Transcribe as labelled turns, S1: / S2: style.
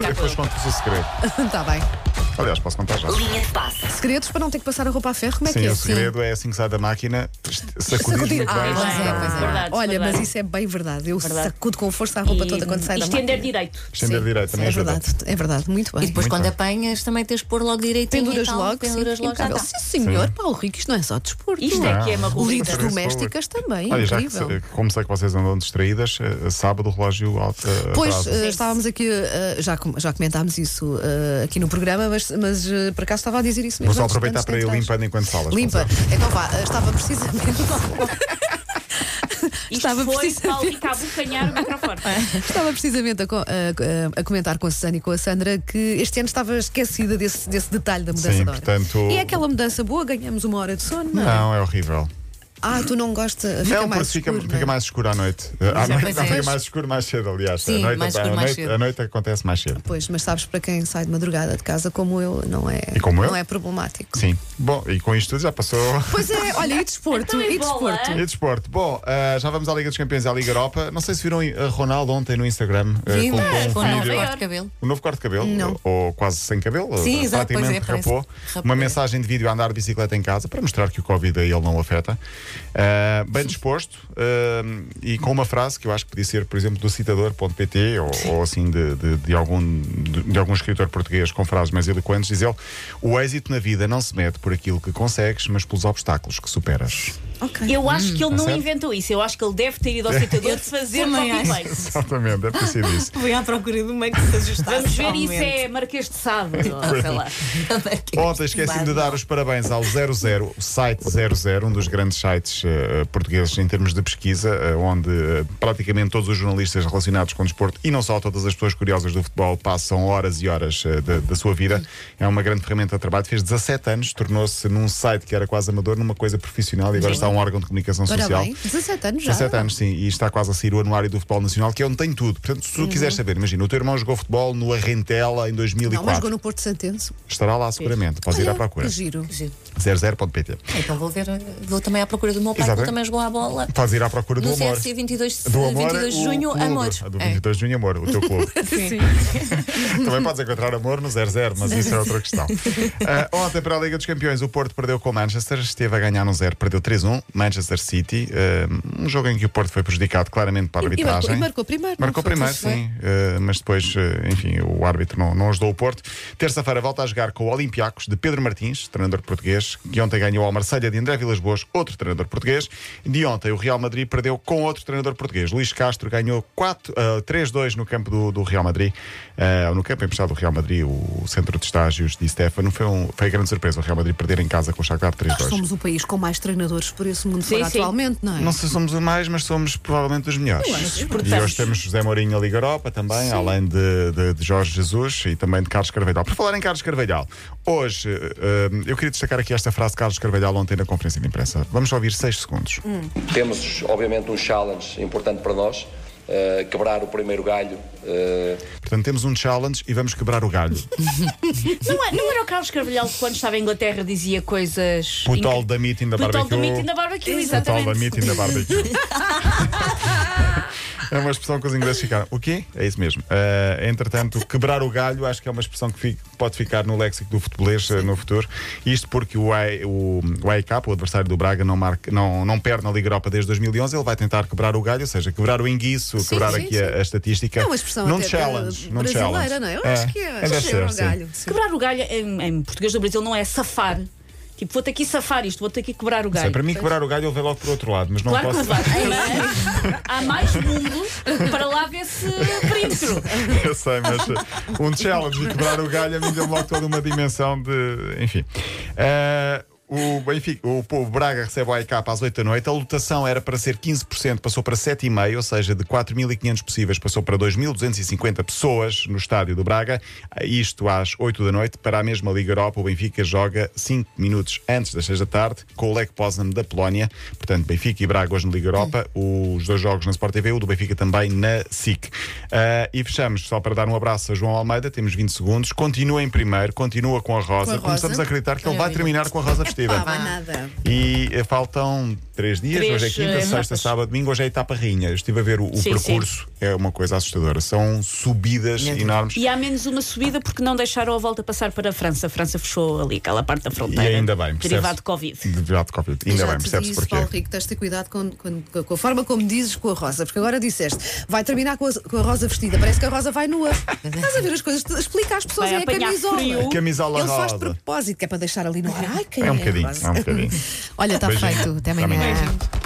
S1: eu depois conto-vos o segredo.
S2: Está Tá bem.
S1: Aliás, posso contar já.
S3: Linha de passe.
S2: Segredos para não ter que passar a roupa a ferro, como é
S1: Sim,
S2: que é?
S1: o segredo é assim que sai da máquina, sacudir muito
S2: Sacudir.
S1: bem. então,
S2: Ah, pois é,
S1: senão-
S2: pois é.
S3: Verdade,
S2: Olha,
S3: verdade.
S2: mas isso é bem verdade. Eu
S3: Verdade.
S2: sacudo com força a roupa toda quando sai
S3: e
S2: da
S3: estender
S2: máquina.
S3: direito.
S1: Estender
S2: Sim,
S1: direito também
S2: É
S1: ajuda.
S2: verdade, é verdade, muito
S4: E
S2: bem.
S4: depois,
S1: Muito
S4: quando
S1: bem.
S4: apenhas, também tens de pôr logo direitinho.
S2: Penduras
S4: e
S3: então
S4: tal,
S2: logo, sim,
S4: penduras logo. Então, já
S2: impecável.
S4: está.
S2: Sim, senhor, Paulo Rico, isto não é só desporto.
S3: Isto é que é
S1: Não.
S3: uma rubrica.
S2: Lides
S1: Serviço
S2: domésticas também,
S1: Olha, Ah, já que,
S2: incrível.
S1: se- como sei que vocês andam distraídas, eh, sábado o relógio alto. eh,
S2: Pois,
S1: atrasa.
S2: eh, estávamos aqui, eh, já, com- já comentámos isso eh, aqui no programa, mas, mas eh, por acaso estava a dizer isso mesmo.
S1: Vou só
S2: antes-
S1: aproveitar
S2: antes
S1: para ir
S2: de entrares.
S1: limpando enquanto falas.
S2: Limpa.
S1: pode ser?
S2: Então vá, eh, estava precisamente.
S3: Isto
S2: Estava
S3: foi
S2: precisamente-
S3: Paulo ficar a bocanhar o microfone.
S2: Estava precisamente a, co- a- a comentar com a Susana e com a Sandra que este ano estava esquecida desse, desse detalhe da mudança
S1: Sim,
S2: de hora.
S1: portanto-
S2: E é aquela mudança boa, ganhamos uma hora de sono, não? é?
S1: Não, é horrível.
S2: Ah, tu não gosta, fica
S1: não, porque
S2: mais
S1: fica,
S2: escuro, não é?
S1: fica mais escuro à noite. À
S4: é,
S1: noite
S4: pois
S1: não,
S4: é.
S1: fica mais escuro mais cedo, aliás.
S4: Sim,
S1: à noite,
S4: mais
S1: à
S4: escuro mais
S1: noite-
S4: cedo.
S1: à noite acontece mais cedo.
S2: Pois, mas sabes, para quem sai de madrugada de casa como eu, não é,
S1: E como eu?
S2: não é problemático.
S1: Sim. Bom, e com isto tudo já passou.
S2: Pois é, olha, e desporto,
S3: Então, e
S2: e
S3: bola?
S2: desporto.
S1: E desporto. Bom, ah, já vamos à Liga dos Campeões e à Liga Europa. Não sei se viram a Ronaldo ontem no Instagram. ah,
S4: Sim,
S1: colocou
S4: mas com
S1: um
S4: um
S1: vídeo.
S4: corte de cabelo.
S1: Um novo corte de cabelo,
S2: Não.
S1: ou ou quase sem cabelo,
S4: Sim,
S1: ou
S4: exato, pois
S1: praticamente
S4: é, parece-
S1: rapou.
S4: rapou,
S1: Uma
S4: é.
S1: mensagem de vídeo a andar de bicicleta em casa para mostrar que o Covid a ele não o afeta. Ah, bem disposto ah, e com uma frase que eu acho que podia ser, por exemplo, do citador.pt ou, ou assim de, de- de algum, de, de algum escritor português com frases mais eloquentes. Diz ele: O êxito na vida não se mede por aquilo que consegues, mas pelos obstáculos que superas.
S2: Ok.
S3: Eu acho
S2: tá
S3: que ele não
S1: certo?
S3: inventou isso. Eu acho que ele deve ter ido ao citador de fazer
S4: também
S3: copy-paste.
S1: Exatamente, é preciso isso.
S4: Fui à procura do meio que se ajustasse.
S3: Vamos ver, isso é Marquês de Sade. ou sei lá.
S4: é
S1: Ontem esqueci-me de dar os parabéns ao 00, o site 00, um dos grandes sites eh, portugueses em termos de pesquisa, eh, onde eh, praticamente todos os jornalistas relacionados com o desporto e não só todas as pessoas curiosas do futebol passam horas e horas eh, da- da sua vida. É uma grande ferramenta de trabalho. Fez 17 anos, tornou-se num site que era quase amador, numa coisa profissional e agora está um órgão de comunicação
S3: é?
S1: social.
S2: Parabéns, 17 anos já.
S1: 17 anos, sim, e está quase a sair o anuário do futebol nacional, que é onde tem tudo. Portanto, se tu quiseres saber, imagina, o teu irmão jogou futebol no Arrentela em
S2: Uhum. Não,
S1: 2004.
S2: mas jogou no Porto Santense.
S1: Estará lá seguramente, podes ir à
S2: Olha,
S1: procura.
S2: que giro.
S1: Zero0.pt.
S4: Então vou ver, vou também à procura do meu pai, que
S1: Exatamente.
S4: ele também jogou à bola.
S1: Podes ir à procura do
S4: No
S1: amor.
S4: CFC 22,
S1: Do amor, é
S4: 22 de
S1: o
S4: junho,
S1: clube.
S4: amor.
S1: Ah, Do
S4: É.
S1: 22 de junho, amor, o teu clube.
S4: Sim.
S1: Também podes encontrar amor no 00, mas isso é outra questão. Ah, ontem, para a Liga dos Campeões, o Porto perdeu com o Manchester, esteve a ganhar no 0, perdeu 3-1. Manchester City, ah, um jogo em que o Porto foi prejudicado claramente para a
S2: E marcou,
S1: arbitragem.
S2: e marcou primeiro. não
S1: Marcou
S2: foi?
S1: primeiro, sim, eh, mas depois, eh, enfim, o árbitro não, não ajudou o Porto. Terça-feira volta a jogar com o Olympiacos de Pedro Martins, treinador português, que ontem ganhou ao Marselha de André Vilas Boas, outro treinador português. De ontem, o Real Madrid perdeu com outro treinador português. Luís Castro ganhou 4, eh, 3-2 no campo do, do Real Madrid, eh, no campo emprestado do Real Madrid, o centro de estágios de Stefano. Foi, um, foi grande surpresa o Real Madrid perder em casa com o Shakhtar 3-2.
S2: Somos o país com mais treinadores por esse mundo fora
S3: Sim, sim.
S2: atualmente, não é?
S1: Não sei se somos os mais, mas somos provavelmente os melhores. E hoje temos José Mourinho na Liga Europa também, além de, de- de Jorge Jesus e também de Carlos Carvalhal. Por falar em Carlos Carvalhal, hoje eh, eu queria destacar aqui esta frase de Carlos Carvalhal ontem na conferência de imprensa. Vamos ouvir seis segundos.
S5: Temos, obviamente, um challenge importante para nós, eh, quebrar o primeiro galho. eh,
S1: Portanto, temos um challenge e vamos quebrar o galho.
S3: Não, é- não era o Carlos Carvalhal que, quando estava em Inglaterra, dizia coisas.
S1: Put all
S3: incríveis?
S1: the meat in the
S3: Put all the
S1: barbecue.
S3: meat in the barbecue,
S1: Put all the
S3: exatamente.
S1: meat in the barbecue. É uma expressão que os ingleses ficaram. O quê? É isso mesmo. Eh, entretanto, quebrar o galho acho que é uma expressão que fi- pode ficar no léxico do futebolês eh, no futuro. Isto porque o, A- o, o AEK, o adversário do Braga, não, marca, não, não perde na Liga Europa desde 2011. Ele vai tentar quebrar o galho, ou seja, quebrar o enguiço, quebrar
S2: sim,
S1: aqui
S2: sim.
S1: A, a estatística.
S2: É uma expressão
S1: um num
S2: até
S1: challenge.
S2: eh,
S1: num
S2: brasileira,
S1: challenge.
S2: não é? Eu acho que é.
S1: deve
S2: Acho que é um
S1: sim.
S2: galho. sim.
S3: Quebrar o galho em, em português do Brasil não é safar. Tipo, vou-te aqui safar isto, vou-te aqui quebrar o
S1: Sim,
S3: galho.
S1: é para mim, quebrar o galho, ele vai logo para o outro lado, mas não
S3: Claro que
S1: posso.
S3: vai. Mas há mais mundo para lá desse perímetro.
S1: Eu sei, mas uh, um challenge e quebrar o galho a mim deu-me logo toda uma dimensão de. Enfim. Ah, o, Benfica, o povo Braga recebe o AIK às 8 da noite. A lotação era para ser 15%, passou para 7,5%, ou seja, de 4.500 possíveis, passou para 2.250 pessoas no estádio do Braga. Isto às 8 da noite. Para a mesma Liga Europa, o Benfica joga 5 minutos antes das 6 da tarde com o Lech Poznan da Polónia. Portanto, Benfica e Braga hoje na Liga Europa. Os dois jogos na Sport TV, o do Benfica também na SIC. Ah, e fechamos, só para dar um abraço a João Almeida, temos 20 segundos. Continua em primeiro, continua com a Rosa.
S2: Com a Rosa.
S1: Começamos a acreditar que ele vai
S4: Maravilha.
S1: terminar com a Rosa vestida.
S2: Pá, vai nada.
S1: E eh, faltam três dias,
S3: Três,
S1: hoje é quinta,
S3: eh,
S1: sexta,
S3: etapas.
S1: sábado, domingo, hoje é a etapa rainha. Eu estive a ver o, o
S3: Sim,
S1: percurso, é uma coisa assustadora. São subidas
S4: Meu Deus.
S1: enormes.
S3: E há menos uma subida porque não deixaram a volta passar para a França. A França fechou ali aquela parte da
S1: E
S3: fronteira.
S1: ainda bem, percebe-se.
S3: Derivado de Covid.
S1: Derivado de Covid. Ainda
S2: é Já
S1: bem,
S2: te
S1: percebe-se
S2: disse, Paulo
S1: porquê.
S2: Rico, tens de ter cuidado com, com- com a forma como dizes com a Rosa, porque agora disseste, vai terminar com a, com a Rosa vestida, parece que a Rosa vai nua. Estás a ver as coisas, explica às pessoas,
S3: Vai
S2: é a
S3: apanhar
S2: camisola.
S3: frio.
S1: A camisola
S2: Ele faz de
S1: rosa.
S2: propósito, que é para deixar ali no ar. Ai, quem
S1: É um
S2: a
S1: bocadinho,
S2: Rosa?
S1: é Tá um bocadinho.
S2: Olha, está
S1: Beijinho.
S2: feito. Até
S1: Até
S2: amanhã.
S1: amanhã.